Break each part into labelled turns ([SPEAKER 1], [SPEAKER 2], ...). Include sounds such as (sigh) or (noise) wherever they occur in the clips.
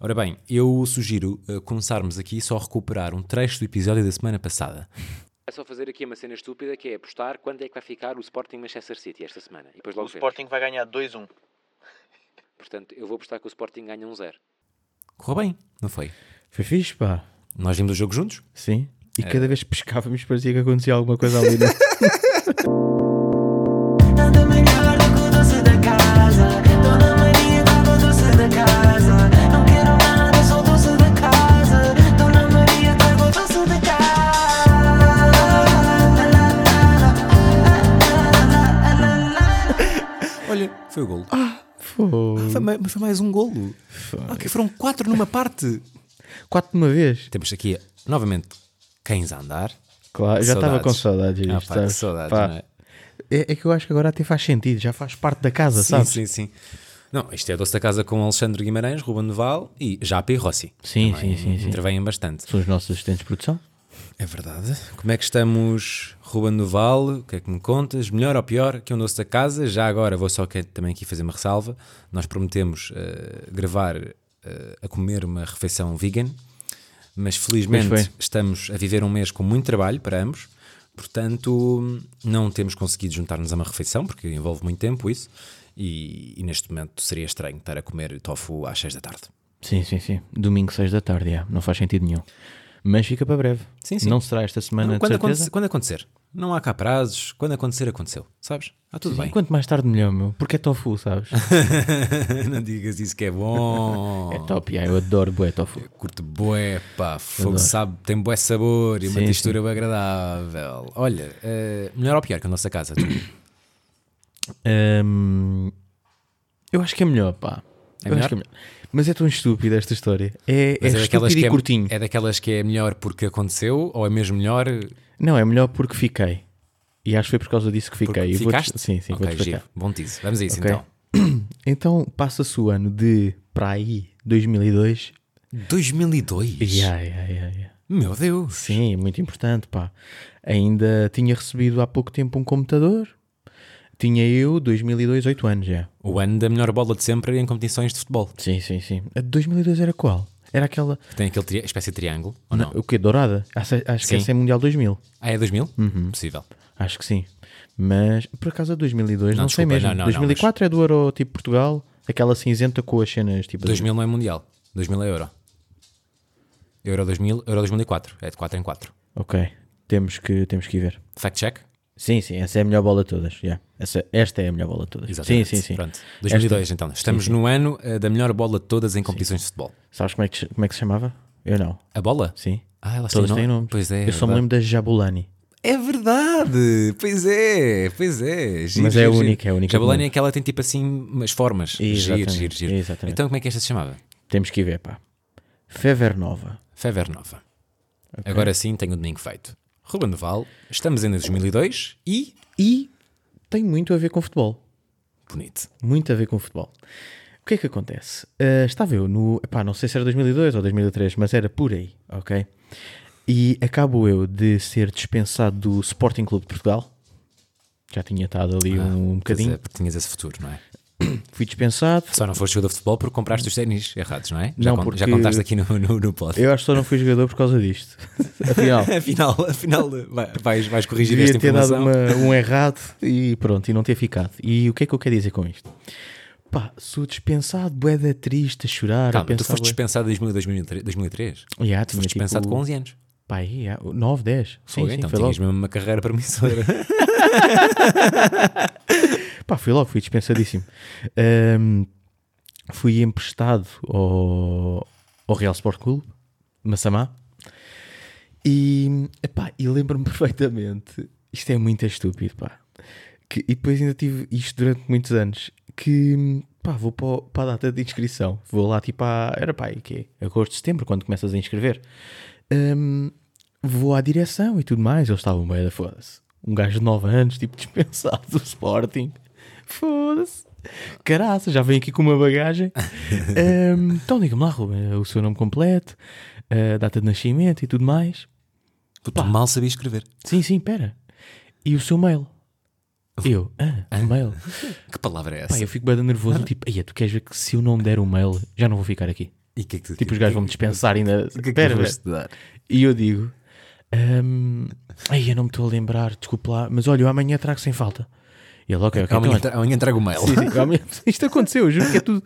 [SPEAKER 1] Ora bem, eu sugiro uh, começarmos aqui só a recuperar um trecho do episódio da semana passada. É só fazer aqui uma cena estúpida que é apostar quanto é que vai ficar o Sporting Manchester City esta semana. E depois
[SPEAKER 2] O
[SPEAKER 1] logo vemos.
[SPEAKER 2] Sporting vai ganhar 2-1.
[SPEAKER 1] Portanto, eu vou apostar que o Sporting ganha um zero. Correu bem, não foi?
[SPEAKER 3] Foi fixe, pá.
[SPEAKER 1] Nós vimos o jogo juntos?
[SPEAKER 3] Sim.
[SPEAKER 1] É.
[SPEAKER 3] E cada vez que pescávamos parecia que acontecia alguma coisa ali.
[SPEAKER 1] (laughs)
[SPEAKER 3] Né?
[SPEAKER 4] Nada melhor do que o doce da casa. Dona Maria dava o doce da casa. Não quero nada, só o doce da casa. Dona Maria dava o doce da casa.
[SPEAKER 1] Olha, foi o golo.
[SPEAKER 3] Foi.
[SPEAKER 1] foi, mais, foi mais um golo. Ah, que foram quatro numa parte.
[SPEAKER 3] Quatro de uma vez.
[SPEAKER 1] Temos aqui, novamente, cães a andar.
[SPEAKER 3] Claro, já estava
[SPEAKER 1] Saudades.
[SPEAKER 3] com saudades.
[SPEAKER 1] Ah,
[SPEAKER 3] disto,
[SPEAKER 1] pá, que
[SPEAKER 3] sabes?
[SPEAKER 1] saudades,
[SPEAKER 3] Pá.
[SPEAKER 1] não é?
[SPEAKER 3] É, é que eu acho que agora até faz sentido, já faz parte da casa,
[SPEAKER 1] Sim,
[SPEAKER 3] sabes?
[SPEAKER 1] sim, sim. Não, isto é Doce da Casa com Alexandre Guimarães, Ruben Noval e Japa e Rossi.
[SPEAKER 3] Sim,
[SPEAKER 1] Também
[SPEAKER 3] sim, sim, sim.
[SPEAKER 1] Intervêm bastante.
[SPEAKER 3] São os nossos assistentes de produção.
[SPEAKER 1] É verdade. Como é que estamos, Ruben Noval? O que é que me contas? Melhor ou pior que um doce da casa? Já agora vou só que- também aqui fazer uma ressalva. Nós prometemos eh, gravar eh, a comer uma refeição vegan, mas
[SPEAKER 3] Pois
[SPEAKER 1] felizmente
[SPEAKER 3] foi.
[SPEAKER 1] estamos a viver um mês com muito trabalho para ambos. Portanto, não temos conseguido juntar-nos a uma refeição, porque envolve muito tempo isso. E, e neste momento seria estranho estar a comer tofu às 6 da tarde.
[SPEAKER 3] Sim, sim, sim. Domingo, 6 da tarde, é. não faz sentido nenhum. Mas fica para breve.
[SPEAKER 1] Sim, sim.
[SPEAKER 3] Não será esta semana,
[SPEAKER 1] quando,
[SPEAKER 3] de certeza.
[SPEAKER 1] acontecer, quando acontecer. Não há cá prazos. Quando acontecer, aconteceu. Sabes? Ah, tudo
[SPEAKER 3] Sim,
[SPEAKER 1] bem.
[SPEAKER 3] Quanto mais tarde, melhor, meu. Porque é
[SPEAKER 1] (laughs)
[SPEAKER 3] tofu, sabes?
[SPEAKER 1] não digas isso que é bom.
[SPEAKER 3] (laughs) é top, yeah, eu adoro bué tofu.
[SPEAKER 1] Curto bué, pá. Fogo sabe, tem bué sabor e uma
[SPEAKER 3] Sim,
[SPEAKER 1] textura agradável. Olha, eh, melhor ou pior que a nossa casa? tu?
[SPEAKER 3] Hum, eu acho que é melhor, pá.
[SPEAKER 1] É
[SPEAKER 3] Eu acho que Mas é tão estúpida esta história. É, é,
[SPEAKER 1] Mas
[SPEAKER 3] estúpido
[SPEAKER 1] que
[SPEAKER 3] e
[SPEAKER 1] é,
[SPEAKER 3] curtinho.
[SPEAKER 1] é daquelas que é melhor porque aconteceu ou é mesmo melhor
[SPEAKER 3] Não, é melhor porque fiquei. E acho que foi por causa disso que
[SPEAKER 1] porque
[SPEAKER 3] fiquei. E vou-te-
[SPEAKER 1] ficaste?
[SPEAKER 3] Sim, sim,
[SPEAKER 1] Ok,
[SPEAKER 3] vou-te explicar.
[SPEAKER 1] giro. Bom tease. Vamos a isso
[SPEAKER 3] Ok.
[SPEAKER 1] então.
[SPEAKER 3] (clears throat) Então passa-se o ano de para aí 2002.
[SPEAKER 1] 2002?
[SPEAKER 3] Yeah, yeah, yeah, yeah.
[SPEAKER 1] Meu Deus.
[SPEAKER 3] Sim, muito importante, pá. Ainda tinha recebido há pouco tempo um computador. Tinha eu 2002, 8 anos já.
[SPEAKER 1] O ano da melhor bola de sempre em competições de futebol.
[SPEAKER 3] Sim, sim, sim. A de 2002 era qual? Era aquela.
[SPEAKER 1] Tem aquele tri- espécie de triângulo ou não?
[SPEAKER 3] O quê? Dourada? Acho, acho que
[SPEAKER 1] Sim.
[SPEAKER 3] essa é Mundial 2000.
[SPEAKER 1] Ah, é 2000?
[SPEAKER 3] Uhum.
[SPEAKER 1] Possível.
[SPEAKER 3] Acho que sim. Mas por acaso a 2002, não,
[SPEAKER 1] Não,
[SPEAKER 3] sei
[SPEAKER 1] desculpa,
[SPEAKER 3] mesmo.
[SPEAKER 1] não, não, não,
[SPEAKER 3] 2004 é do Euro tipo Portugal, aquela cinzenta com as cenas tipo.
[SPEAKER 1] 2000 não é mundial. 2000 é euro. Euro 2000, euro 2004. É de 4 em 4.
[SPEAKER 3] Ok, temos que, temos que ir ver.
[SPEAKER 1] Fact check?
[SPEAKER 3] Sim, sim, essa é a melhor bola de todas. yeah. Essa, esta é a melhor bola de todas. Sim, sim, sim.
[SPEAKER 1] Pronto. 2002 então. Estamos no ano eh, da melhor bola de todas em competições de futebol.
[SPEAKER 3] Sabes como é, que, se- como é que se chamava? Eu não.
[SPEAKER 1] A bola?
[SPEAKER 3] Sim.
[SPEAKER 1] Ah, elas
[SPEAKER 3] todas
[SPEAKER 1] têm
[SPEAKER 3] têm
[SPEAKER 1] nome?
[SPEAKER 3] nomes.
[SPEAKER 1] Pois é,
[SPEAKER 3] Eu só me
[SPEAKER 1] verdade.
[SPEAKER 3] lembro da Jabulani.
[SPEAKER 1] É verdade! Pois é, pois é. Giro,
[SPEAKER 3] Mas é a
[SPEAKER 1] giro,
[SPEAKER 3] única,
[SPEAKER 1] giro.
[SPEAKER 3] é a única que
[SPEAKER 1] Já Bolani
[SPEAKER 3] me
[SPEAKER 1] é que ela tem tipo assim umas formas. Giro,
[SPEAKER 3] Exatamente,
[SPEAKER 1] giro, giro.
[SPEAKER 3] exatamente.
[SPEAKER 1] Então como é que esta se chamava?
[SPEAKER 3] Temos que ir ver, pá. Fever Nova.
[SPEAKER 1] Fever Nova. Agora sim tenho o domingo feito. Ruben Duval, estamos em 2002 e.
[SPEAKER 3] E tem muito a ver com futebol.
[SPEAKER 1] Bonito.
[SPEAKER 3] Muito a ver com futebol. O que é que acontece? Ah, estava eu no. Epá, não sei se era 2002 ou 2003, mas era por aí, ok? E acabo eu de ser dispensado do Sporting Clube de Portugal. Já tinha estado ali um
[SPEAKER 1] Quer
[SPEAKER 3] bocadinho.
[SPEAKER 1] dizer, é, porque tinhas esse futuro, não Ah, é?
[SPEAKER 3] Fui dispensado.
[SPEAKER 1] Só não foste jogador de futebol porque compraste os ténis errados, não é? Já,
[SPEAKER 3] Não,
[SPEAKER 1] con-
[SPEAKER 3] porque-
[SPEAKER 1] já contaste aqui no, no, no pod.
[SPEAKER 3] Eu acho que só não fui jogador por causa disto. (laughs) Afinal,
[SPEAKER 1] (laughs) Afinal, afinal vai- vais, vais corrigir
[SPEAKER 3] devia
[SPEAKER 1] esta
[SPEAKER 3] ter dado
[SPEAKER 1] informação.
[SPEAKER 3] uma- um errado e pronto, e não ter ficado. E o que é que eu quero dizer com isto? Pá, sou dispensado, boeda triste, a chorar, a
[SPEAKER 1] Calma, tu
[SPEAKER 3] pensar.
[SPEAKER 1] foste
[SPEAKER 3] bué-
[SPEAKER 1] dispensado em 2003? 2003?
[SPEAKER 3] Yeah,
[SPEAKER 1] Tu
[SPEAKER 3] tinha
[SPEAKER 1] foste dispensado
[SPEAKER 3] tipo-
[SPEAKER 1] com 11 anos.
[SPEAKER 3] Pá, aí, é, yeah, 9, 10. Sim,
[SPEAKER 1] Fogo,
[SPEAKER 3] sim,
[SPEAKER 1] então
[SPEAKER 3] foi
[SPEAKER 1] tinhas
[SPEAKER 3] logo.
[SPEAKER 1] mesmo uma
[SPEAKER 3] (laughs)
[SPEAKER 1] carreira promissora.
[SPEAKER 3] Pá, fui logo, fui dispensadíssimo. Ahm, fui emprestado ao, ao Real Sport Clube, Massamá. E, epá, e lembro-me (laughs) perfeitamente, isto é muito estúpido, pá. Que, e depois ainda tive isto durante muitos anos, que, pá, vou para, o- para a data de inscrição. Vou lá, tipo, à, era pá, e quê? Agosto, setembro, quando começas a inscrever. Ahm, vou à direção e tudo mais. Eles estavam bem da foda-se. Um gajo de 9 anos, tipo, (laughs) dispensado do Sporting. Foda-se. Caraça, já vem aqui com uma bagagem.
[SPEAKER 1] (laughs)
[SPEAKER 3] Ahm, então diga-me lá, Ruben, o seu nome completo, a data de nascimento e tudo mais.
[SPEAKER 1] tu, tu mal sabias escrever.
[SPEAKER 3] Sim, sim, pera. E o seu mail? Eu, ah, o mail.
[SPEAKER 1] Que palavra é essa? (laughs)
[SPEAKER 3] Pá, eu fico bem nervoso, tipo, "Eia, tu queres ver que se eu não der o mail, já não vou ficar aqui.
[SPEAKER 1] E que é que tu-
[SPEAKER 3] Tipo, os gajos vão-me dispensar ainda.
[SPEAKER 1] O que é que
[SPEAKER 3] Pera,
[SPEAKER 1] tu
[SPEAKER 3] pera.
[SPEAKER 1] foste dar?
[SPEAKER 3] E eu digo: "Hum, Ai, eu não me estou a lembrar, desculpe lá, mas olha, eu amanhã trago sem falta. E ele, ok, ok. então
[SPEAKER 1] Amanhã,
[SPEAKER 3] olha."
[SPEAKER 1] tra amanhã trago o mail.
[SPEAKER 3] (laughs) Sim, sim, amanhã- (laughs) isto aconteceu, eu juro que é tudo.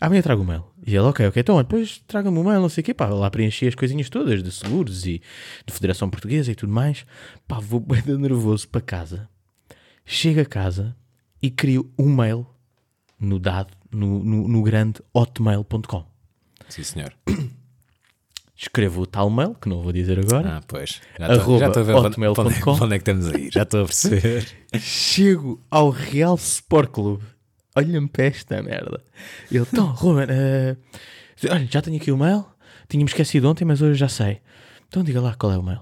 [SPEAKER 3] Amanhã trago o mail. E ele, ok, ok, então olha, depois traga-me o mail, não sei o quê, pá, lá preenchi as coisinhas todas de seguros e de Federação Portuguesa e tudo mais. Pá, vou bem nervoso para casa. Chego a casa e crio um mail no dado, no, no, no grande hotmail.com.
[SPEAKER 1] (laughs) Sim, senhor.
[SPEAKER 3] Escrevo o tal mail, que não vou dizer agora.
[SPEAKER 1] Ah, pois. Já estou- já estou a ver
[SPEAKER 3] Arroba
[SPEAKER 1] para (laughs) onde, para onde é que-
[SPEAKER 3] hotmail.com.
[SPEAKER 1] para onde é que estamos a ir. Já estou a perceber.
[SPEAKER 3] Chego ao Real Sport Clube. Olha-me para esta merda. Ele, então, Ruben, eh, olha, já tenho aqui o mail. Tinha-me esquecido ontem, mas hoje já sei. Então diga lá qual é o mail.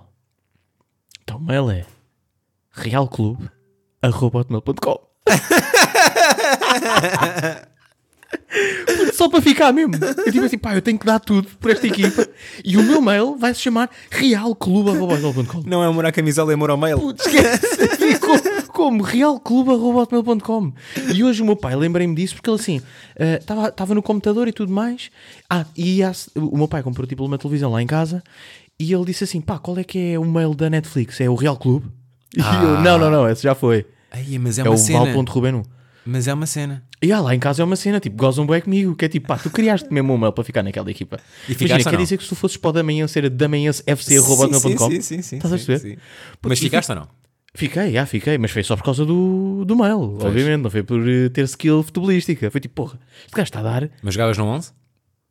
[SPEAKER 3] Então o mail é realclube.com Só para ficar mesmo. Eu tipo assim, pá, eu tenho que dar tudo por esta equipa. E o meu mail vai se chamar realclube.com
[SPEAKER 1] Não é amor à camisola, é amor ao mail.
[SPEAKER 3] Putz, esquece. (laughs) Ficou como realclube.com. E hoje o meu pai, lembrei-me disso porque ele assim, estava no computador e tudo mais. Ah, e há- o meu pai comprou tipo uma televisão lá em casa e ele disse assim: pá, qual é que é o mail da Netflix? É o Real Clube? E eu, não, não, não, esse já foi.
[SPEAKER 1] Ai, mas Ah. é
[SPEAKER 3] É
[SPEAKER 1] uma
[SPEAKER 3] o
[SPEAKER 1] cena.
[SPEAKER 3] val.ruben1.
[SPEAKER 1] Mas é uma cena.
[SPEAKER 3] E ah, lá em casa é uma cena, tipo, gozam bué comigo, que é tipo, pá, tu criaste mesmo um mail para ficar naquela equipa.
[SPEAKER 1] E ficaste
[SPEAKER 3] Imagina,
[SPEAKER 1] ou
[SPEAKER 3] quer
[SPEAKER 1] não?
[SPEAKER 3] dizer que se tu fosses para o da manhã ser da manhã
[SPEAKER 1] É sim,
[SPEAKER 3] fcr.com?
[SPEAKER 1] sim, sim, sim.
[SPEAKER 3] Estás a
[SPEAKER 1] sim,
[SPEAKER 3] perceber?
[SPEAKER 1] sim. Mas
[SPEAKER 3] e
[SPEAKER 1] ficaste ou não?
[SPEAKER 3] Fiquei, já fiquei, mas foi só por causa do, do mail, obviamente, não foi por eh, ter skill futebolística. Foi tipo, porra, este gajo está a dar.
[SPEAKER 1] Mas jogavas no 11?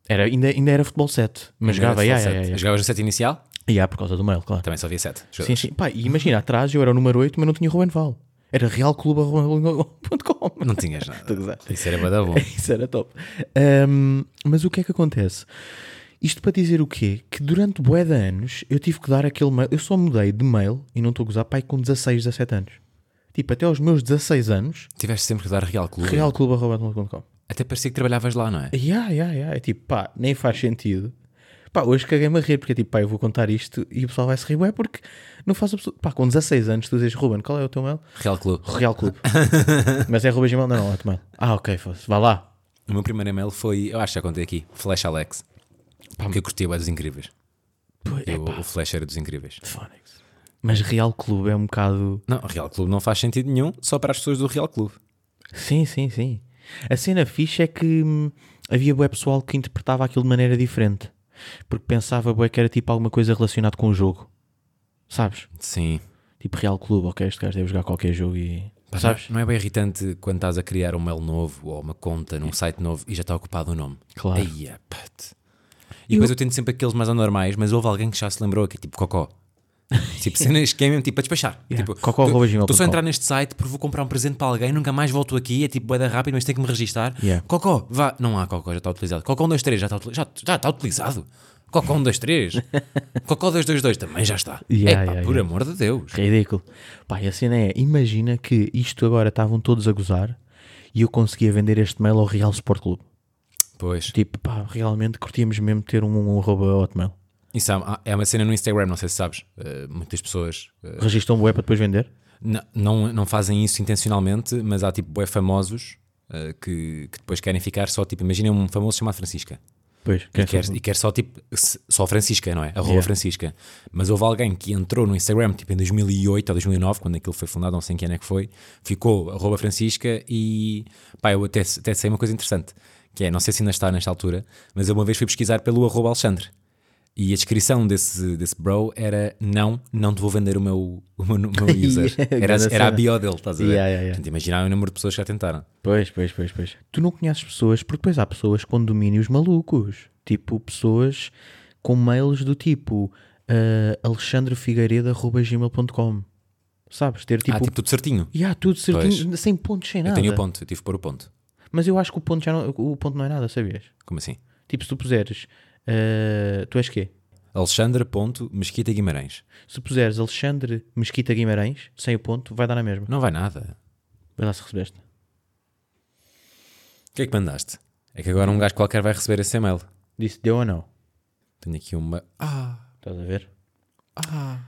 [SPEAKER 3] Era, ainda, ainda era futebol 7, mas jogava, já, já, já, já.
[SPEAKER 1] Jogavas no 7 inicial?
[SPEAKER 3] Já, por causa do mail, claro.
[SPEAKER 1] Também só havia 7.
[SPEAKER 3] Sim, sim. Pá, e imagina, atrás eu era o número 8, mas não tinha Ruben Val. Era realclube.com.
[SPEAKER 1] Não tinhas nada.
[SPEAKER 3] a gozar.
[SPEAKER 1] Isso era bada (laughs) bom.
[SPEAKER 3] Isso era top. Ahm, mas o que é que acontece? Isto para dizer o quê? Que durante bué de anos eu tive que dar aquele mail. Eu só mudei de mail e não estou a gozar, pai, com 16, 17 anos. Tipo, até aos meus 16 anos,
[SPEAKER 1] Tiveste sempre que dar Real Clube.
[SPEAKER 3] realclube.com.
[SPEAKER 1] Até parecia que trabalhavas lá, não é?
[SPEAKER 3] Ya, ya, ya. É tipo, pá, nem faz sentido. Pá, hoje caguei-me a rir, porque é tipo, pá, eu vou contar isto e o pessoal vai se rir, ué, porque não faz absoluto. Pá, com 16 anos tu dizes, Ruben, qual é o teu mail?
[SPEAKER 1] Real Clube.
[SPEAKER 3] Real Clube. Mas é Ruben Gmail? Não, não, é o teu mail. Ah, ok, fosse. Vá lá.
[SPEAKER 1] O meu primeiro e-mail foi, eu acho que já contei aqui, Flash Alex. Porque eu curtia o dos Incríveis. Eu- o Flash era dos Incríveis.
[SPEAKER 3] Phonics. Mas Real Clube é um bocado.
[SPEAKER 1] Não, Real Clube não faz sentido nenhum só para as pessoas do Real Clube.
[SPEAKER 3] Sim, sim, sim. A cena fixe é que hum, havia bué pessoal que interpretava aquilo de maneira diferente. Porque pensava bué que era tipo alguma coisa relacionada com o jogo. Sabes?
[SPEAKER 1] Sim.
[SPEAKER 3] Tipo Real Clube, ok, este gajo deve jogar qualquer jogo e. Sabes?
[SPEAKER 1] Não é bem irritante quando estás a criar um mail novo ou uma conta num site novo e já está ocupado o nome.
[SPEAKER 3] Claro.
[SPEAKER 1] Aí é put. E depois eu... tento sempre aqueles mais anormais, mas houve alguém que já se lembrou que é tipo Cocó.
[SPEAKER 3] (laughs)
[SPEAKER 1] tipo, cenas que é mesmo tipo a despachar.
[SPEAKER 3] Yeah.
[SPEAKER 1] Tipo,
[SPEAKER 3] Cocó arroba gmail ponto
[SPEAKER 1] Estou só
[SPEAKER 3] com.
[SPEAKER 1] a entrar neste site porque vou comprar um presente para alguém, nunca mais volto aqui, é tipo boeda rápido, mas tenho que me registar.
[SPEAKER 3] Yeah.
[SPEAKER 1] Cocó, vá. Não há Cocó, já está utilizado. Cocó 123 já está, utili- já, já está utilizado. Cocó
[SPEAKER 3] (laughs)
[SPEAKER 1] 123. Cocó 222 também já está.
[SPEAKER 3] Yeah,
[SPEAKER 1] Epá,
[SPEAKER 3] yeah,
[SPEAKER 1] por
[SPEAKER 3] yeah.
[SPEAKER 1] amor de Deus.
[SPEAKER 3] Ridículo. Pá, e a cena é: imagina que isto agora estavam todos a gozar e eu conseguia vender este mail ao Real Sport Clube.
[SPEAKER 1] Pois.
[SPEAKER 3] Tipo, pá, realmente curtíamos mesmo ter um, um arroba hotmail.
[SPEAKER 1] Isso há- é uma cena no Instagram, não sei se sabes. Eh, muitas pessoas eh,
[SPEAKER 3] Registam bué para depois vender?
[SPEAKER 1] n- não, não fazem isso intencionalmente, mas há tipo bué famosos eh, que, que depois querem ficar só tipo. Imagina um famoso chamado Francisca
[SPEAKER 3] Pois,
[SPEAKER 1] e quer, e quer só tipo. se- Só Francisca, não é? Arroba
[SPEAKER 3] Yeah.
[SPEAKER 1] Francisca. Mas houve alguém que entrou no Instagram tipo em 2008 ou 2009, quando aquilo foi fundado, não sei em que ano é que foi. Ficou arroba Francisca e. pá, eu até, até sei uma coisa interessante. Que é, não sei se ainda está nesta altura, mas eu uma vez fui pesquisar pelo arroba Alexandre. E a descrição desse, desse bro era não, não te vou vender o meu, o meu,
[SPEAKER 3] (laughs)
[SPEAKER 1] o meu user. Era,
[SPEAKER 3] Grande
[SPEAKER 1] era a
[SPEAKER 3] cena.
[SPEAKER 1] bio dele, estás a ver?
[SPEAKER 3] Yeah, yeah, yeah.
[SPEAKER 1] Portanto, imaginar o número de pessoas que já tentaram. Ah,
[SPEAKER 3] Pois, pois, pois, pois. Tu não conheces pessoas, porque depois há pessoas com domínios malucos. Tipo, pessoas com mails do tipo ah, alexandrefigueiredo.gmail.com Sabes? Ter tipo... tá.
[SPEAKER 1] ah, tipo tudo certinho.
[SPEAKER 3] E há tudo certinho, sem pontos, sem
[SPEAKER 1] Eu
[SPEAKER 3] nada.
[SPEAKER 1] tenho o ponto, eu tive que pôr o ponto.
[SPEAKER 3] Mas eu acho que o ponto, já não, o ponto não é nada, sabias?
[SPEAKER 1] Como assim?
[SPEAKER 3] Tipo, se tu puseres... ah, tu és quê?
[SPEAKER 1] Alexandre ponto Mesquita Guimarães.
[SPEAKER 3] Se puseres Alexandre Mesquita Guimarães, sem o ponto, vai dar na mesma.
[SPEAKER 1] Não vai nada.
[SPEAKER 3] Vai lá se recebeste.
[SPEAKER 1] O que é que mandaste? É que agora um gajo qualquer vai receber esse e-mail.
[SPEAKER 3] Disse deu ou não?
[SPEAKER 1] Tenho aqui uma. Ah,
[SPEAKER 3] Estás a ver? Ah...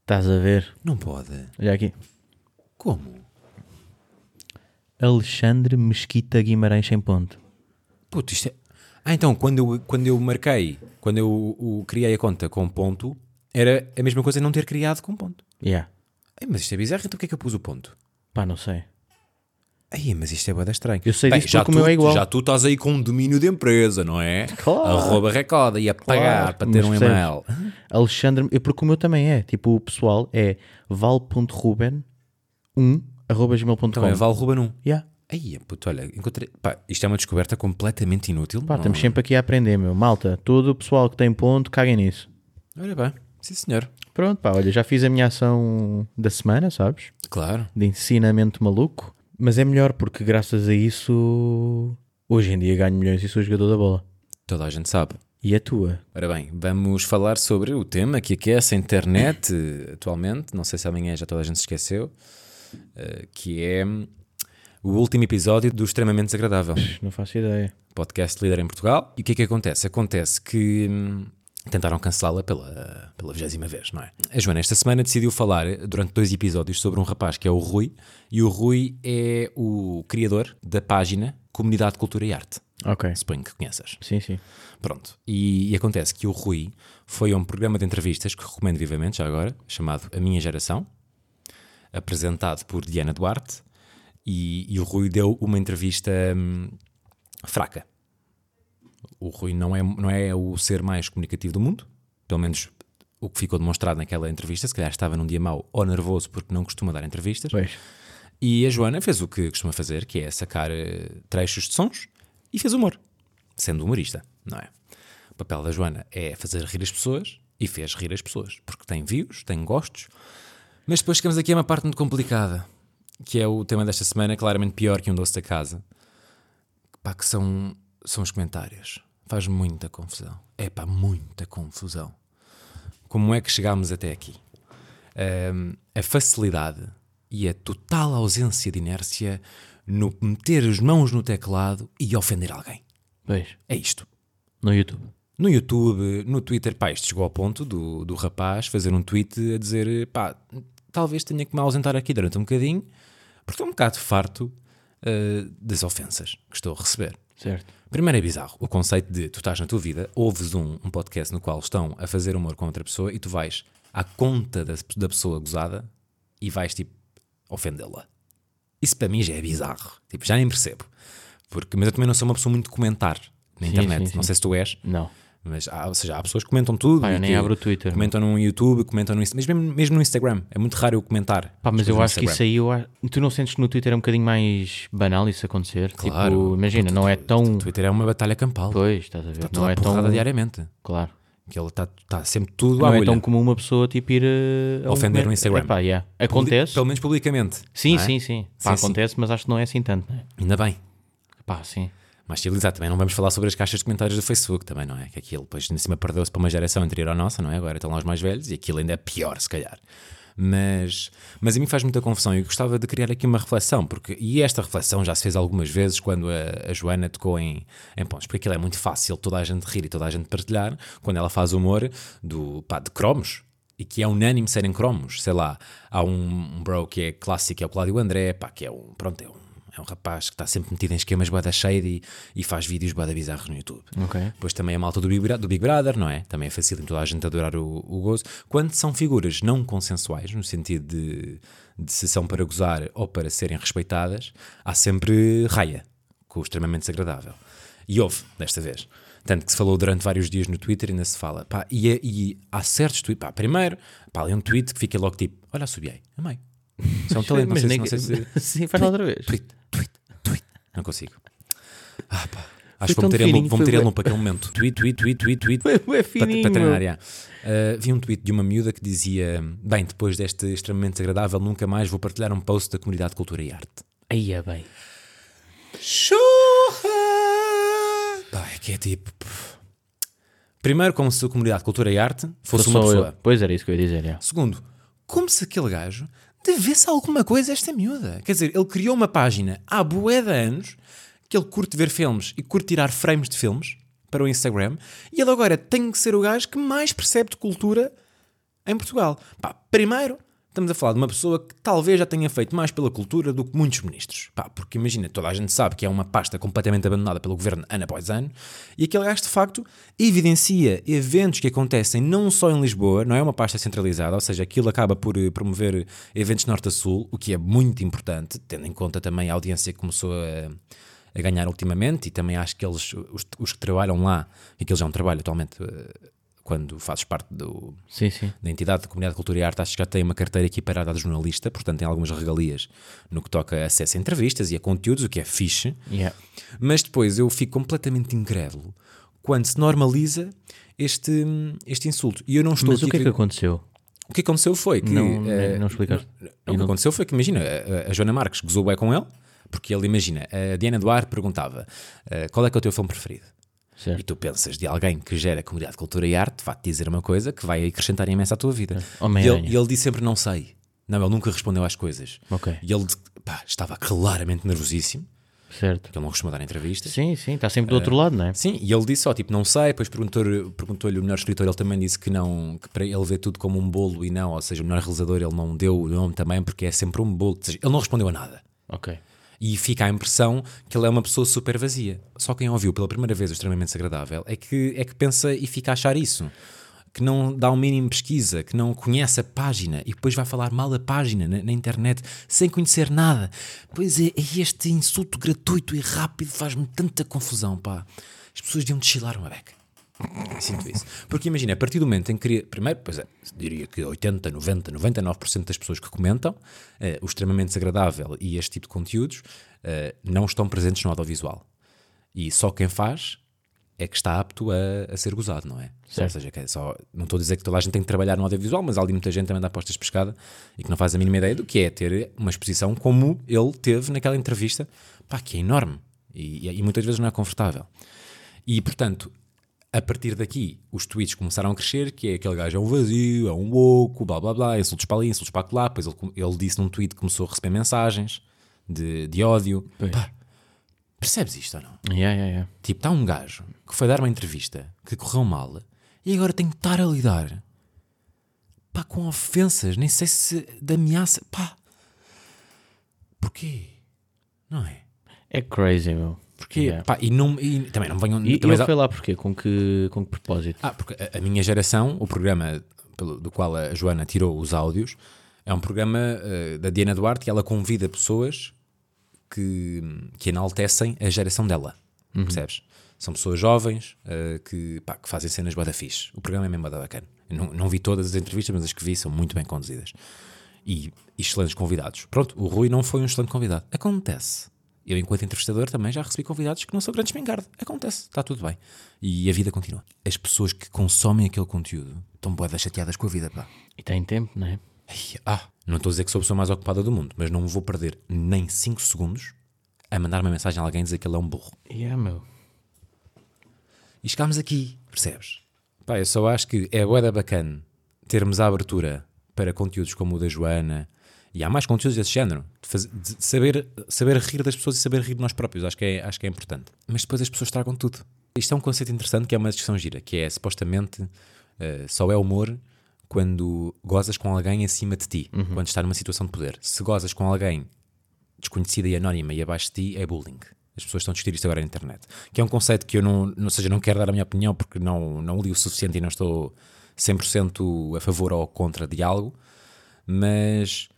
[SPEAKER 3] Estás a ver?
[SPEAKER 1] não pode.
[SPEAKER 3] Olha aqui.
[SPEAKER 1] Como?
[SPEAKER 3] Alexandre Mesquita Guimarães sem ponto.
[SPEAKER 1] Puto, isto é. Ah, então, quando eu, quando eu marquei, quando eu o- criei a conta com ponto, era a mesma coisa não ter criado com ponto.
[SPEAKER 3] Yeah.
[SPEAKER 1] Ei, mas isto é bizarro, então o que é que eu pus o ponto?
[SPEAKER 3] Pá, não sei.
[SPEAKER 1] Aí, mas isto é boeda estranho.
[SPEAKER 3] Eu sei disso
[SPEAKER 1] já
[SPEAKER 3] porque o meu
[SPEAKER 1] tu-
[SPEAKER 3] é igual.
[SPEAKER 1] Já tu estás aí com um domínio de empresa, não é?
[SPEAKER 3] Claro.
[SPEAKER 1] Arroba Recoda e a pagar para ter
[SPEAKER 3] Mas
[SPEAKER 1] um
[SPEAKER 3] percebes?
[SPEAKER 1] e-mail.
[SPEAKER 3] Alexandre, eu- porque o meu também é. Tipo, o pessoal é val.ruben1 arroba gmail.com.
[SPEAKER 1] Então é Val Ruben 1.
[SPEAKER 3] Yeah.
[SPEAKER 1] Aí, puto, olha, encontrei. Pá, isto é uma descoberta completamente inútil.
[SPEAKER 3] Pá,
[SPEAKER 1] não-
[SPEAKER 3] estamos sempre aqui a aprender, meu. Malta, todo o pessoal que tem ponto, caguem nisso.
[SPEAKER 1] Olha bem, sim senhor.
[SPEAKER 3] Pronto, pá, olha, já fiz a minha ação da semana, sabes?
[SPEAKER 1] Claro.
[SPEAKER 3] De ensinamento maluco. Mas é melhor porque graças a isso hoje em dia ganho milhões e sou jogador da bola.
[SPEAKER 1] Toda a gente sabe.
[SPEAKER 3] E a tua?
[SPEAKER 1] Ora bem, vamos falar sobre o tema que aquece a internet eh, atualmente. Não sei se amanhã já toda a gente se esqueceu. eh, que é hum, o último episódio do Extremamente Desagradável.
[SPEAKER 3] Não faço ideia.
[SPEAKER 1] podcast líder em Portugal. E o que é que acontece? Acontece que hum, tentaram cancelá-la pela, pela 20 vez, não é? A Joana esta semana decidiu falar eh, durante dois episódios sobre um rapaz que é o Rui, e o Rui é o criador da página Comunidade de Cultura e Arte.
[SPEAKER 3] Ok.
[SPEAKER 1] Suponho que conheças.
[SPEAKER 3] Sim, sim.
[SPEAKER 1] Pronto. E, e acontece que o Rui foi a um programa de entrevistas que recomendo vivamente já agora, chamado A Minha Geração, apresentado por Diana Duarte. E, e o Rui deu uma entrevista hum, fraca. O Rui não é, não é o ser mais comunicativo do mundo, pelo menos o que ficou demonstrado naquela entrevista. Se calhar estava num dia mau ou nervoso porque não costuma dar entrevistas.
[SPEAKER 3] Pois.
[SPEAKER 1] E a Joana fez o que costuma fazer, que é sacar eh, trechos de sons e fez humor, sendo humorista, não é? O papel da Joana é fazer rir as pessoas e fez rir as pessoas, porque tem views, tem gostos. Mas depois chegamos aqui a uma parte muito complicada, que é o tema desta semana, claramente pior que um doce da casa. Pá, que são, são os comentários. Faz muita confusão. É pá, muita confusão. Como é que chegámos até aqui? Ahm, a facilidade e a total ausência de inércia no meter as mãos no teclado e ofender alguém.
[SPEAKER 3] Pois.
[SPEAKER 1] É isto.
[SPEAKER 3] No YouTube.
[SPEAKER 1] No YouTube, no Twitter, pá, isto chegou ao ponto do, do rapaz fazer um tweet a dizer, pá, talvez tenha que me ausentar aqui durante um bocadinho, porque estou um bocado farto ah, das ofensas que estou a receber.
[SPEAKER 3] Certo.
[SPEAKER 1] Primeiro é bizarro o conceito de tu estás na tua vida, ouves um, um podcast no qual estão a fazer humor com outra pessoa e tu vais à conta da, da pessoa gozada e vais tipo ofendê-la. Isso para mim já é bizarro. Tipo, já nem percebo. Porque, mas eu também não sou uma pessoa muito de comentar na internet.
[SPEAKER 3] sim, sim.
[SPEAKER 1] Não sei se tu és,
[SPEAKER 3] Não.
[SPEAKER 1] mas há, ou seja, há pessoas que comentam tudo.
[SPEAKER 3] Pá, eu
[SPEAKER 1] e
[SPEAKER 3] nem
[SPEAKER 1] que
[SPEAKER 3] abro o Twitter. né?
[SPEAKER 1] Comentam no YouTube, comentam no Instagram, mesmo, mesmo no Instagram. É muito raro eu comentar.
[SPEAKER 3] Pá, mas
[SPEAKER 1] as coisas
[SPEAKER 3] eu
[SPEAKER 1] no
[SPEAKER 3] acho que
[SPEAKER 1] Instagram.
[SPEAKER 3] isso aí, eu acho... tu não sentes que no Twitter é um bocadinho mais banal isso acontecer?
[SPEAKER 1] Claro.
[SPEAKER 3] Tipo, imagina, não é tão.
[SPEAKER 1] O Twitter é uma batalha campal.
[SPEAKER 3] Pois, estás a ver?
[SPEAKER 1] Toda
[SPEAKER 3] não é tão.
[SPEAKER 1] porrada diariamente.
[SPEAKER 3] Claro.
[SPEAKER 1] Que ele está tá sempre tudo à
[SPEAKER 3] Não é
[SPEAKER 1] olha.
[SPEAKER 3] tão comum uma pessoa tipo ir eh, a um
[SPEAKER 1] Ofender
[SPEAKER 3] comen-
[SPEAKER 1] no Instagram.
[SPEAKER 3] Epá, yeah. Acontece.
[SPEAKER 1] Pelo menos publicamente.
[SPEAKER 3] Sim,
[SPEAKER 1] não é?
[SPEAKER 3] sim, sim. Pá,
[SPEAKER 1] Sim, sim.
[SPEAKER 3] acontece, mas acho que não é assim tanto, né?
[SPEAKER 1] Ainda bem.
[SPEAKER 3] Pá, sim.
[SPEAKER 1] Mas civilizado também não vamos falar sobre as caixas de comentários do Facebook também, não é? Que aquilo depois em cima perdeu-se para uma geração anterior à nossa, não é? Agora estão lá os mais velhos e aquilo ainda é pior, se calhar. Mas, mas a mim faz muita confusão e eu gostava de criar aqui uma reflexão, porque, e esta reflexão já se fez algumas vezes quando a, a Joana tocou em, em pontos, porque aquilo é muito fácil toda a gente rir e toda a gente partilhar quando ela faz humor do, pá, de cromos, e que é unânime serem cromos, sei lá, há um, um bro que é clássico, é o Cláudio André, pá, que é um, pronto, é um, é um rapaz que está sempre metido em esquemas bué da shady e, e faz vídeos bué da bizarros no YouTube.
[SPEAKER 3] Ok.
[SPEAKER 1] Depois também a malta do Big, Bra- do Big Brother, não é? Também é fácil em toda a gente adorar o, o gozo. Quando são figuras não consensuais, no sentido de, de se são para gozar ou para serem respeitadas, há sempre raia, com o extremamente desagradável. E houve, desta vez. Tanto que se falou durante vários dias no Twitter e ainda se fala. Pá, e, é- e há certos tweets. Pá, primeiro, pá, ali um tweet que fica logo tipo: Olha, subiei, amei.
[SPEAKER 3] (laughs)
[SPEAKER 1] Isso é um talento, não sei, se- não sei se.
[SPEAKER 3] Sim, faz lá outra vez.
[SPEAKER 1] Tweet,
[SPEAKER 3] (laughs)
[SPEAKER 1] tweet, tweet. Não consigo. Ah, pá.
[SPEAKER 3] Foi
[SPEAKER 1] Acho que
[SPEAKER 3] tão
[SPEAKER 1] vou meter em
[SPEAKER 3] fininho,
[SPEAKER 1] loop, vou
[SPEAKER 3] foi
[SPEAKER 1] meter em
[SPEAKER 3] bué-
[SPEAKER 1] loop aquele um momento. Tweet, tweet, tweet, tweet, tweet.
[SPEAKER 3] Foi É bué
[SPEAKER 1] Para-
[SPEAKER 3] fininho,
[SPEAKER 1] para treinar,
[SPEAKER 3] meu.
[SPEAKER 1] já. Ah, vi um tweet de uma miúda que dizia: Bem, depois deste extremamente desagradável, nunca mais vou partilhar um post da comunidade de cultura e arte.
[SPEAKER 3] Aí é bem.
[SPEAKER 1] Churra! Pá, é que é tipo. pff. Primeiro, como se a comunidade de cultura e arte fosse uma
[SPEAKER 3] Sou eu.
[SPEAKER 1] pessoa.
[SPEAKER 3] Pois era isso que eu ia dizer, é.
[SPEAKER 1] Segundo, como se aquele gajo devesse alguma coisa a esta miúda. Quer dizer, ele criou uma página há bué de anos que ele curte ver filmes e curte tirar frames de filmes para o Instagram e ele agora tem que ser o gajo que mais percebe de cultura em Portugal. Pá, primeiro, estamos a falar de uma pessoa que talvez já tenha feito mais pela cultura do que muitos ministros. Pá, porque imagina, toda a gente sabe que é uma pasta completamente abandonada pelo governo ano após ano, e aquele gajo de facto evidencia eventos que acontecem não só em Lisboa, não é uma pasta centralizada, ou seja, aquilo acaba por eh, promover eventos norte a sul, o que é muito importante, tendo em conta também a audiência que começou a a ganhar ultimamente e também acho que eles, os, os que trabalham lá, e que eles é um trabalho atualmente, eh, quando fazes parte do,
[SPEAKER 3] Sim, sim.
[SPEAKER 1] da entidade de comunidade de cultura e arte, acho que já tem uma carteira equiparada de jornalista, portanto tem algumas regalias no que toca a acesso a entrevistas e a conteúdos, o que é fixe.
[SPEAKER 3] Yeah.
[SPEAKER 1] Mas depois eu fico completamente incrédulo quando se normaliza este, este insulto. E eu não estou
[SPEAKER 3] Mas
[SPEAKER 1] aqui
[SPEAKER 3] o que é
[SPEAKER 1] a
[SPEAKER 3] que aconteceu?
[SPEAKER 1] o que aconteceu foi que.
[SPEAKER 3] Não-
[SPEAKER 1] eh,
[SPEAKER 3] não explicaste.
[SPEAKER 1] não- não, o que aconteceu foi que, imagina, a, a Joana Marques gozou bem com ele, porque ele, imagina, a Diana Duarte perguntava eh, qual é que é o teu filme preferido? E
[SPEAKER 3] Certo.
[SPEAKER 1] tu pensas de alguém que gera comunidade de cultura e arte, vai-te dizer uma coisa que vai acrescentar imenso à tua vida. E
[SPEAKER 3] Homem-Aranha.
[SPEAKER 1] ele, e ele disse sempre não sei. Não, ele nunca respondeu às coisas.
[SPEAKER 3] Ok.
[SPEAKER 1] E ele pá, estava claramente nervosíssimo,
[SPEAKER 3] Certo.
[SPEAKER 1] porque ele não costuma dar entrevistas.
[SPEAKER 3] Sim, sim, está sempre do
[SPEAKER 1] Eh,
[SPEAKER 3] outro lado, não é?
[SPEAKER 1] Sim, e ele disse só, tipo, não sei, depois perguntou-lhe perguntou o melhor escritor, ele também disse que não, que para ele vê tudo como um bolo e não, ou seja, o melhor realizador ele não deu o nome também porque é sempre um bolo, ou seja, ele não respondeu a nada.
[SPEAKER 3] Ok.
[SPEAKER 1] E fica a impressão que ele é uma pessoa super vazia. Só quem ouviu pela primeira vez o extremamente desagradável é que, é que pensa e fica a achar isso. Que não dá o mínimo pesquisa, que não conhece a página e depois vai falar mal a página na, na internet sem conhecer nada. Pois é, é este insulto gratuito e rápido faz-me tanta confusão, pá. As pessoas deviam deschilar uma beca. Sinto isso. Porque imagina, a partir do momento em que queria. Primeiro, pois é, diria que 80, 90, 99% das pessoas que comentam eh, o extremamente desagradável e este tipo de conteúdios eh, não estão presentes no audiovisual. E só quem faz é que está apto a, a ser gozado, não é? Ou seja, que é só, não estou a dizer que toda a gente tem que trabalhar no audiovisual, mas há ali muita gente também dá apostas de pescada e que não faz a mínima ideia do que é ter uma exposição como ele teve naquela entrevista, pá, que é enorme e, e- e muitas vezes não é confortável. E portanto, a partir daqui, os tweets começaram a crescer, que é aquele gajo é um vazio, é um oco, blá blá blá, insultos para ali, insultos para lá, pois ele, ele disse num tweet que começou a receber mensagens de, de ódio. Pá, percebes isto ou não?
[SPEAKER 3] Yeah, yeah, yeah.
[SPEAKER 1] Tipo, está um gajo que foi dar uma entrevista que correu mal e agora tem que estar a lidar pá, com ofensas, nem sei se de ameaça. Pá, porquê? Não é?
[SPEAKER 3] É crazy, meu.
[SPEAKER 1] Porquê?
[SPEAKER 3] Yeah.
[SPEAKER 1] Pá, e, não, e também não venham.
[SPEAKER 3] E, e
[SPEAKER 1] também
[SPEAKER 3] ele foi lá porquê? Com que, com que propósito?
[SPEAKER 1] Ah, porque a, a minha geração, o programa pelo- do qual a Joana tirou os áudios, é um programa eh, da Diana Duarte e ela convida pessoas que, que enaltecem a geração dela. Percebes? São pessoas jovens eh, que, pá, que fazem cenas bada fixe. O programa é mesmo bada bacana. Eu não, não vi todas as entrevistas, mas as que vi são muito bem conduzidas. E excelentes convidados. Pronto, o Rui não foi um excelente convidado. Acontece. Eu, enquanto entrevistador, também já recebi convidados que não são grandes espingarda. Acontece, está tudo bem. E a vida continua. As pessoas que consomem aquele conteúdo estão boedas chateadas com a vida, pá.
[SPEAKER 3] E tem tempo, não é?
[SPEAKER 1] Ai, ah, não estou a dizer que sou a pessoa mais ocupada do mundo, mas não vou perder nem 5 segundos a mandar uma mensagem a alguém dizer que ele é um burro.
[SPEAKER 3] Yeah, meu.
[SPEAKER 1] E chegámos aqui, percebes? Pá, eu só acho que é boeda bacana termos a abertura para conteúdos como o da Joana e há mais conteúdos desse género. De faz- de saber, saber rir das pessoas e saber rir de nós próprios, acho que, é, acho que é importante. Mas depois as pessoas tragam tudo. Isto é um conceito interessante que é uma discussão gira, que é supostamente eh, só é humor quando gozas com alguém acima de ti, quando está numa situação de poder. Se gozas com alguém desconhecida e anónima e abaixo de ti é bullying. As pessoas estão a discutir isto agora na internet. Que é um conceito que eu não, não ou seja, não quero dar a minha opinião porque não, não li o suficiente e não estou 100% a favor ou contra de algo, mas,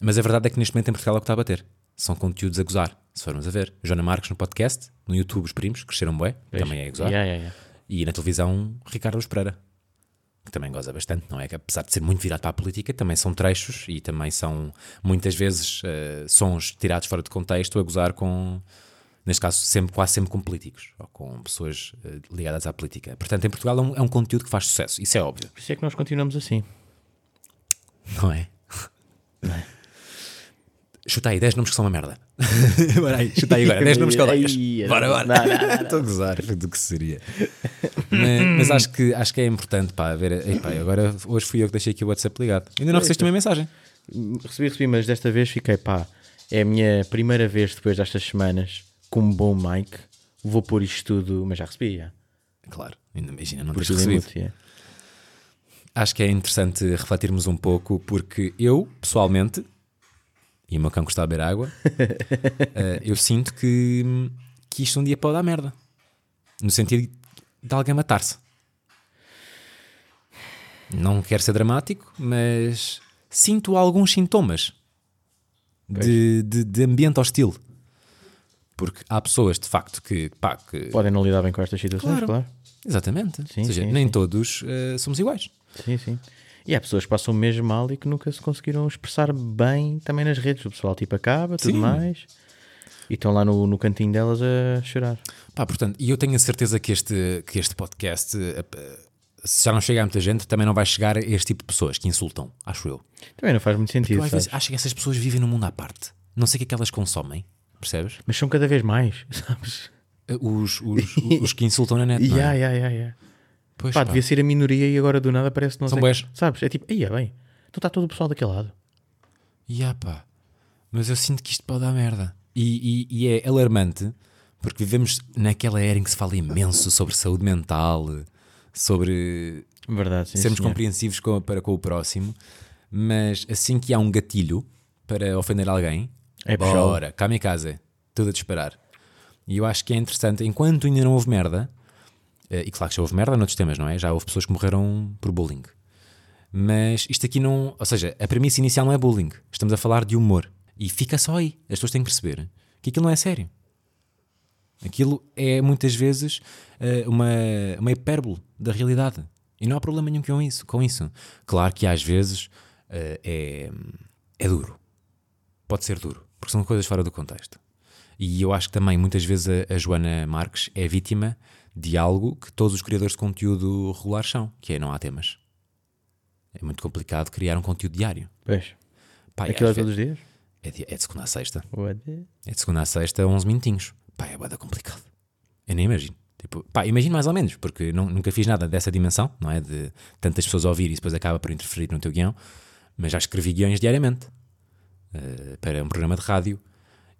[SPEAKER 1] mas a verdade é que neste momento em Portugal é o que está a bater. São conteúdos a gozar, se formos a ver. Joana Marques no podcast, no YouTube os primos, cresceram bué, também é a gozar.
[SPEAKER 3] Yeah, yeah, yeah.
[SPEAKER 1] E na televisão, Ricardo Araújo Pereira, que também goza bastante, não é? Que apesar de ser muito virado para a política, também são trechos e também são muitas vezes eh, sons tirados fora de contexto a gozar com, neste caso, sempre, quase sempre com políticos ou com pessoas eh, ligadas à política. Portanto, em Portugal é um, é um conteúdo que faz sucesso, isso é óbvio,
[SPEAKER 3] Por isso é que nós continuamos assim.
[SPEAKER 1] não é? Chuta aí 10 nomes que são uma merda. (laughs) Bora aí, chuta aí agora 10 nomes que odeias.
[SPEAKER 3] Ai,
[SPEAKER 1] Bora,
[SPEAKER 3] não, não,
[SPEAKER 1] bora. Estou a gozar do que seria. mas mas acho, que, acho que é importante, pá, ver. Epá, agora hoje fui eu que deixei aqui o WhatsApp ligado. Ainda não recebeste uma mensagem.
[SPEAKER 3] Recebi, recebi, mas desta vez fiquei, pá, é a minha primeira vez depois destas semanas com um bom mic. Vou pôr isto tudo, mas já recebi, já.
[SPEAKER 1] Claro, ainda imagina, não
[SPEAKER 3] Por
[SPEAKER 1] tens
[SPEAKER 3] tudo em
[SPEAKER 1] recebido.
[SPEAKER 3] mute, yeah.
[SPEAKER 1] acho que é interessante refletirmos um pouco, porque eu, pessoalmente, e o meu cão está a beber
[SPEAKER 3] (laughs)
[SPEAKER 1] água, eh, eu sinto que, que isto um dia pode dar merda. No sentido de alguém matar-se. Não quero ser dramático, mas sinto alguns sintomas de, de, de ambiente hostil. Porque há pessoas, de facto, que, pá, que
[SPEAKER 3] Podem não lidar bem com estas situações,
[SPEAKER 1] Claro.
[SPEAKER 3] claro.
[SPEAKER 1] Exatamente.
[SPEAKER 3] Sim,
[SPEAKER 1] Ou seja,
[SPEAKER 3] sim,
[SPEAKER 1] nem
[SPEAKER 3] sim.
[SPEAKER 1] todos eh, somos iguais.
[SPEAKER 3] Sim, sim. E há pessoas que passam mesmo mal e que nunca se conseguiram expressar bem também nas redes. O pessoal tipo acaba, tudo
[SPEAKER 1] Sim.
[SPEAKER 3] mais. E estão lá no, no cantinho delas a chorar.
[SPEAKER 1] Pá, portanto, e eu tenho a certeza que este, que este podcast, eh, eh, se já não chega a muita gente, também não vai chegar a este tipo de pessoas que insultam, acho eu.
[SPEAKER 3] Também não faz muito
[SPEAKER 1] Eu
[SPEAKER 3] sentido,
[SPEAKER 1] às
[SPEAKER 3] sabes?
[SPEAKER 1] vezes acho que essas pessoas vivem num mundo à parte. Não sei o que é que elas consomem, percebes?
[SPEAKER 3] Mas são cada vez mais, (laughs) sabes?
[SPEAKER 1] Eh, Os, os, (laughs) os que insultam na net. não é?
[SPEAKER 3] Ya, ya, ya, ya.
[SPEAKER 1] Pois,
[SPEAKER 3] Pá,
[SPEAKER 1] pá.
[SPEAKER 3] devia ser a minoria e agora do nada parece que não
[SPEAKER 1] São
[SPEAKER 3] sei.
[SPEAKER 1] bués.
[SPEAKER 3] Sabes? É tipo, aí é bem. Então está todo o pessoal daquele lado.
[SPEAKER 1] Ya, pá. Mas eu sinto que isto pode dar merda. E, e- e é alarmante porque vivemos naquela era em que se fala imenso sobre saúde mental, sobre
[SPEAKER 3] Verdade, sim.
[SPEAKER 1] sermos
[SPEAKER 3] senhor.
[SPEAKER 1] compreensivos com- para com o próximo, mas assim que há um gatilho para ofender alguém,
[SPEAKER 3] É puxá-lo.
[SPEAKER 1] bora, cá em casa, tudo a disparar. E eu acho que é interessante, enquanto ainda não houve merda, eh, e claro que já houve merda noutros temas, não é? Já houve pessoas que morreram por bullying. Mas isto aqui não. Ou seja, a premissa inicial não é bullying. Estamos a falar de humor. E fica só aí. As pessoas têm que perceber que aquilo não é sério. Aquilo é muitas vezes eh, uma, uma hipérbole da realidade. E não há problema nenhum com isso. Com isso. Claro que às vezes eh, é, é duro. Pode ser duro. Porque são coisas fora do contexto. E eu acho que também muitas vezes a, a Joana Marques é vítima de algo que todos os criadores de conteúdo regular são, que é não há temas. É muito complicado criar um conteúdo diário.
[SPEAKER 3] Pois.
[SPEAKER 1] Pá, e
[SPEAKER 3] Aquilo é
[SPEAKER 1] às
[SPEAKER 3] todos os
[SPEAKER 1] vezes-
[SPEAKER 3] dias?
[SPEAKER 1] é di- é de segunda a sexta.
[SPEAKER 3] What the-
[SPEAKER 1] É de segunda a sexta, 11 minutinhos. Pá, é bada complicado. Eu nem imagino. Tipo, pá, imagino mais ou menos, porque nu- nunca fiz nada dessa dimensão, não é? De tantas pessoas ouvir e depois acaba por interferir no teu guião. Mas já escrevi guiões diariamente eh, para um programa de rádio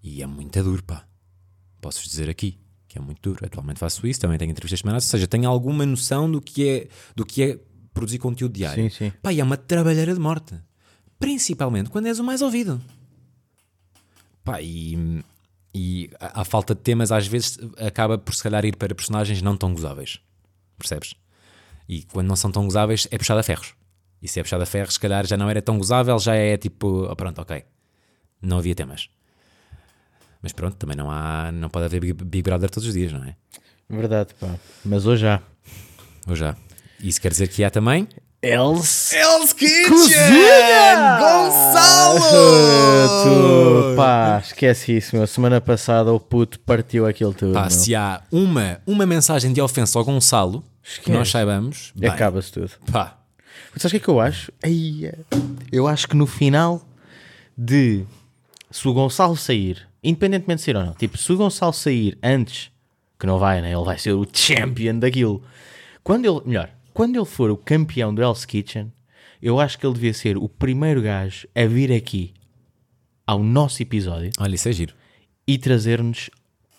[SPEAKER 1] e é muito duro, pá. Posso dizer aqui que é muito duro. Atualmente faço isso, também tenho entrevistas semanais, ou seja, tenho alguma noção do que é, do que é produzir conteúdo diário.
[SPEAKER 3] Sim, sim.
[SPEAKER 1] Pá, e é uma trabalheira de morte. Principalmente quando és o mais ouvido. Pá, e, e a, a falta de temas às vezes acaba por se calhar ir para personagens não tão gozáveis. Percebes? E quando não são tão gozáveis é puxada a ferros. E se é puxada a ferros, se calhar já não era tão gozável, já é tipo, oh, pronto, ok. Não havia temas. Mas pronto, também não há, não pode haver Big, Big Brother todos os dias, não é?
[SPEAKER 3] Verdade, pá. Mas hoje há.
[SPEAKER 1] Ou já. Isso quer dizer que há também
[SPEAKER 3] Else.
[SPEAKER 1] Hell's Kitchen! Gonçalo!
[SPEAKER 3] Ah, Tu, pá, esquece isso, meu. Semana passada o puto partiu aquilo tudo.
[SPEAKER 1] (laughs) Pá,
[SPEAKER 3] meu.
[SPEAKER 1] se há uma, uma mensagem de ofensa ao Gonçalo, que
[SPEAKER 3] Esquece.
[SPEAKER 1] nós saibamos, bem,
[SPEAKER 3] Acaba-se tudo.
[SPEAKER 1] pá,
[SPEAKER 3] Mas sabes o que é que eu acho? Ai, é. eu acho que no final de se o Gonçalo sair, independentemente de sair ou não, tipo, se o Gonçalo sair antes, que não vai, né? Ele vai ser o champion daquilo. Quando ele, melhor, quando ele for o campeão do Hell's Kitchen, eu acho que ele devia ser o primeiro gajo a vir aqui ao nosso episódio
[SPEAKER 1] olha, isso é giro.
[SPEAKER 3] e trazer-nos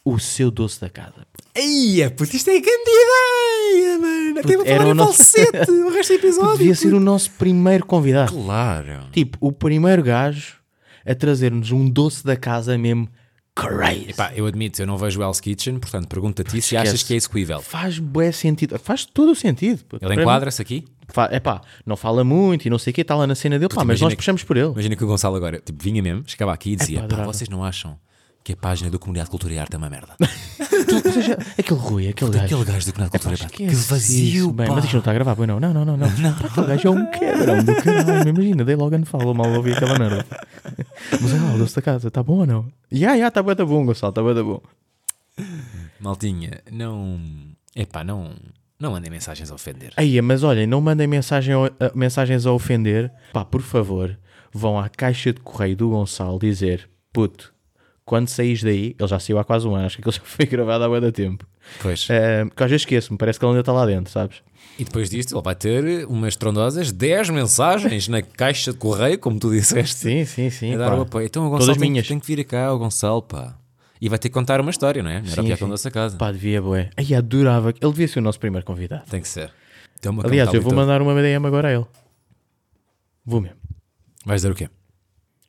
[SPEAKER 3] o seu doce da casa.
[SPEAKER 1] Eia, puto, isto é grande ideia, mano! Até vou
[SPEAKER 3] era
[SPEAKER 1] falar
[SPEAKER 3] o
[SPEAKER 1] em
[SPEAKER 3] nosso-
[SPEAKER 1] falsete o
[SPEAKER 3] (laughs)
[SPEAKER 1] resto do episódio.
[SPEAKER 3] Devia ser um- o nosso primeiro convidado.
[SPEAKER 1] Claro.
[SPEAKER 3] Tipo, o primeiro gajo a trazer-nos um doce da casa mesmo crazy.
[SPEAKER 1] Pá, eu admito, eu não vejo o Hell's Kitchen, portanto, pergunto-te isso se achas
[SPEAKER 3] Esquece.
[SPEAKER 1] que é execuível.
[SPEAKER 3] Faz bué sentido. Faz todo o sentido. pá. Para
[SPEAKER 1] Ele
[SPEAKER 3] mim,
[SPEAKER 1] enquadra-se aqui?
[SPEAKER 3] fa- epá, não fala muito e não sei o que, está lá na cena dele, pá, mas
[SPEAKER 1] imagina
[SPEAKER 3] nós
[SPEAKER 1] que-
[SPEAKER 3] puxamos por ele.
[SPEAKER 1] Imagina que o Gonçalo agora tipo, vinha mesmo, chegava aqui e dizia: pá,
[SPEAKER 3] adorava.
[SPEAKER 1] vocês não acham que a página do Comunidade de Cultura e Arte é uma merda?
[SPEAKER 3] Ou seja, aquele Rui, aquele gajo.
[SPEAKER 1] Aquele gajo do Comunidade de Cultura e
[SPEAKER 3] Acho
[SPEAKER 1] Arte,
[SPEAKER 3] é
[SPEAKER 1] que
[SPEAKER 3] isso,
[SPEAKER 1] vazio,
[SPEAKER 3] bem,
[SPEAKER 1] pá.
[SPEAKER 3] Mas isto não está a gravar, pois não. Não, não, não, não. Pá, Aquele gajo é um quebrão do
[SPEAKER 1] (laughs)
[SPEAKER 3] caralho. Imagina, dei logo a falo, mal ouvi aquela merda. Mas ah, o doce da casa, está bom ou não? Ya, ya, está bué da bom, Gonçalo, está bué da bom.
[SPEAKER 1] Maltinha, não. Epá, não. Não mandem mensagens a ofender.
[SPEAKER 3] Aí, mas olhem, não mandem mensagem ao- a- mensagens a ofender. Pá, por favor, vão à caixa de correio do Gonçalo dizer: puto, quando saís daí, ele já saiu há quase um ano, acho que ele já foi gravado há muito tempo.
[SPEAKER 1] Pois.
[SPEAKER 3] Eh, que às vezes esqueço-me, parece que ele ainda está lá dentro, sabes?
[SPEAKER 1] E depois disto, ele vai ter umas trondosas 10 mensagens na caixa de correio, como tu disseste.
[SPEAKER 3] Sim, sim, sim.
[SPEAKER 1] a dar
[SPEAKER 3] pá.
[SPEAKER 1] o apoio. Então o
[SPEAKER 3] Todas
[SPEAKER 1] Gonçalo tem, que-
[SPEAKER 3] minhas.
[SPEAKER 1] tem que vir cá, o Gonçalo, pá. E vai ter que contar uma história, não é? Melhor
[SPEAKER 3] Sim,
[SPEAKER 1] ao pior que
[SPEAKER 3] sim.
[SPEAKER 1] a nossa casa.
[SPEAKER 3] Pá, devia, boé. Aí adorava. Ele devia ser o nosso primeiro convidado.
[SPEAKER 1] Tem que ser. Tem uma
[SPEAKER 3] Aliás,
[SPEAKER 1] cantada
[SPEAKER 3] eu vou
[SPEAKER 1] e tudo.
[SPEAKER 3] mandar uma DM agora a ele. Vou mesmo.
[SPEAKER 1] Vais dizer o quê?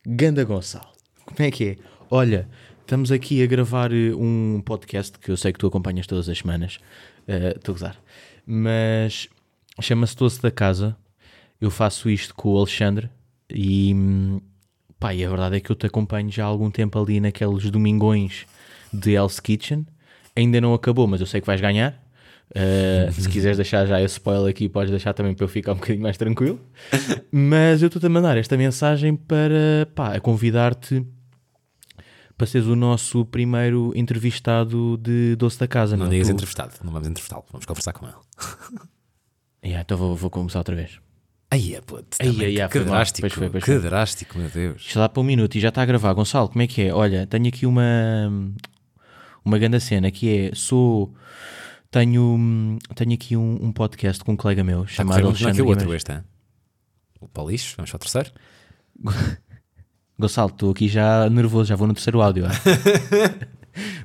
[SPEAKER 3] Ganda Gonçalo. Como é que é? Olha, estamos aqui a gravar eh, um podcast que eu sei que tu acompanhas todas as semanas. Eh, Estou a gozar. Mas chama-se Doce da Casa. Eu faço isto com o Alexandre e. hum, Pá, e a verdade é que eu te acompanho já há algum tempo ali naqueles domingões de Hell's Kitchen. Ainda não acabou, mas eu sei que vais ganhar. Eh,
[SPEAKER 1] (laughs)
[SPEAKER 3] se quiseres deixar já esse spoiler aqui, podes deixar também para eu ficar um bocadinho mais tranquilo. Mas eu estou-te a mandar esta mensagem para pá, a convidar-te para seres o nosso primeiro entrevistado de Doce da Casa. é?
[SPEAKER 1] Não
[SPEAKER 3] meu.
[SPEAKER 1] digas
[SPEAKER 3] Tu-
[SPEAKER 1] entrevistado. Não vamos entrevistá-lo. Vamos conversar com ele.
[SPEAKER 3] Yeah, então vou, vou começar outra vez.
[SPEAKER 1] Aí é, puto.
[SPEAKER 3] Ai,
[SPEAKER 1] também,
[SPEAKER 3] ai, ai,
[SPEAKER 1] que
[SPEAKER 3] foi mal.
[SPEAKER 1] drástico.
[SPEAKER 3] Pois foi, pois
[SPEAKER 1] que
[SPEAKER 3] foi.
[SPEAKER 1] drástico, meu Deus.
[SPEAKER 3] Isto dá para um minuto e já está a gravar. Gonçalo, como é que é? Olha, tenho aqui uma uma grande cena que é, sou tenho, tenho aqui um, um podcast com um colega meu
[SPEAKER 1] Está a
[SPEAKER 3] chamado
[SPEAKER 1] correr muito melhor
[SPEAKER 3] Alexandre
[SPEAKER 1] que o outro
[SPEAKER 3] Guimarães.
[SPEAKER 1] este, hein? O para o lixo. Vamos para o terceiro.
[SPEAKER 3] Gonçalo, estou aqui já nervoso, já vou no terceiro áudio. ah.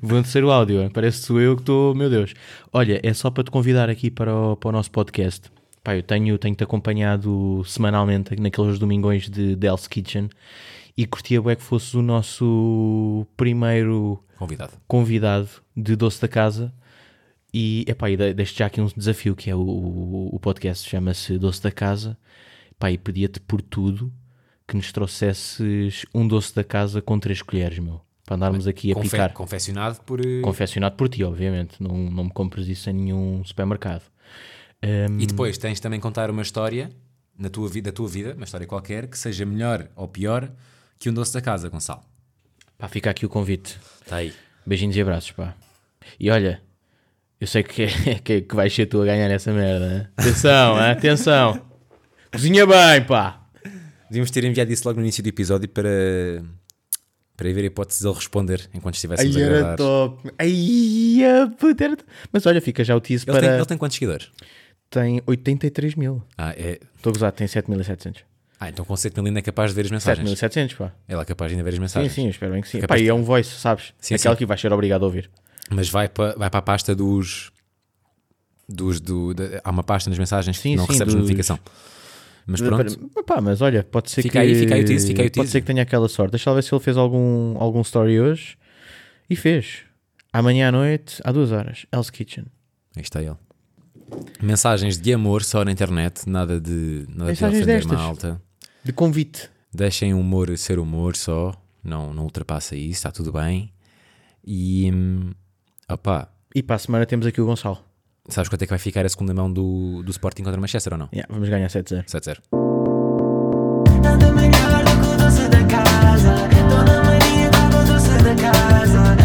[SPEAKER 3] vou no terceiro áudio, ah. parece que sou eu que estou, meu Deus. Olha, é só para te convidar aqui para o, para o nosso podcast. Pá, eu tenho- tenho-te acompanhado semanalmente naqueles domingões de Dell's Kitchen e curtia bué que fosses o nosso primeiro
[SPEAKER 1] Convidado.
[SPEAKER 3] convidado de Doce da Casa e, epá, e de- deixo já aqui um desafio que é o, o, o podcast chama-se Doce da Casa epá, e pedia-te por tudo que nos trouxesses um doce da casa com três colheres, meu, para andarmos aqui a
[SPEAKER 1] Confe-
[SPEAKER 3] picar
[SPEAKER 1] Confeccionado por. eh,
[SPEAKER 3] confeccionado por ti, obviamente não, não me compres isso em nenhum supermercado Ahm,
[SPEAKER 1] E depois tens também contar uma história na tua vida, da tua vida, uma história qualquer, que seja melhor ou pior que um doce da casa, Gonçalo.
[SPEAKER 3] pá, fica aqui o convite
[SPEAKER 1] Está Tá aí.
[SPEAKER 3] beijinhos e abraços, pá e olha, eu sei que, é, (laughs) que, que vais ser tu a ganhar nessa merda né? atenção, hein? atenção cozinha bem, pá
[SPEAKER 1] Devíamos ter enviado isso logo no início do episódio para, para haver a hipótese de ele responder enquanto estivéssemos
[SPEAKER 3] Aí
[SPEAKER 1] a
[SPEAKER 3] era
[SPEAKER 1] gravar.
[SPEAKER 3] top. Aí, a puta, era top. Mas olha, fica já o tease
[SPEAKER 1] Ele,
[SPEAKER 3] para.
[SPEAKER 1] tem, ele tem quantos seguidores?
[SPEAKER 3] tem... 83 mil.
[SPEAKER 1] Ah, é...
[SPEAKER 3] Estou a gozar, tem 7.700.
[SPEAKER 1] ah, então com 7 mil ainda é capaz de ver as mensagens.
[SPEAKER 3] 7.700, pá.
[SPEAKER 1] Ele é capaz de ainda ver as
[SPEAKER 3] Sim,
[SPEAKER 1] mensagens.
[SPEAKER 3] sim, eu espero bem que sim. Pá,
[SPEAKER 1] Capaz
[SPEAKER 3] e é um voice, sabes?
[SPEAKER 1] Sim,
[SPEAKER 3] Aquela
[SPEAKER 1] sim.
[SPEAKER 3] que vais ser obrigado a ouvir.
[SPEAKER 1] Mas vai para, vai para a pasta dos. dos do, da- há uma pasta nas mensagens
[SPEAKER 3] Sim,
[SPEAKER 1] que não
[SPEAKER 3] sim,
[SPEAKER 1] recebes
[SPEAKER 3] dos-
[SPEAKER 1] notificação. Mas pronto.
[SPEAKER 3] Pá, Pá, mas olha, pode ser
[SPEAKER 1] Fica
[SPEAKER 3] que.
[SPEAKER 1] aí, fica aí o tease, fica aí o
[SPEAKER 3] Pode
[SPEAKER 1] tease.
[SPEAKER 3] ser que tenha aquela sorte. Deixa lá ver se ele fez algum, algum story hoje. E fez. Amanhã à noite, há duas horas. Hell's Kitchen.
[SPEAKER 1] Aí está ele. Mensagens de amor só na internet, nada de, nada de
[SPEAKER 3] Mensagens
[SPEAKER 1] ofender
[SPEAKER 3] destas.
[SPEAKER 1] malta.
[SPEAKER 3] De convite.
[SPEAKER 1] Deixem o humor ser humor só, não, não ultrapassa isso, está tudo bem. E hum, opá,
[SPEAKER 3] E para a semana temos aqui o Gonçalo.
[SPEAKER 1] sabes quanto é que vai ficar a segunda mão do, do Sporting contra o Manchester ou não?
[SPEAKER 3] Yeah, vamos ganhar 7-0.
[SPEAKER 1] 7-0.
[SPEAKER 4] Nada melhor do que o doce da casa. Dona Maria dá o doce da casa.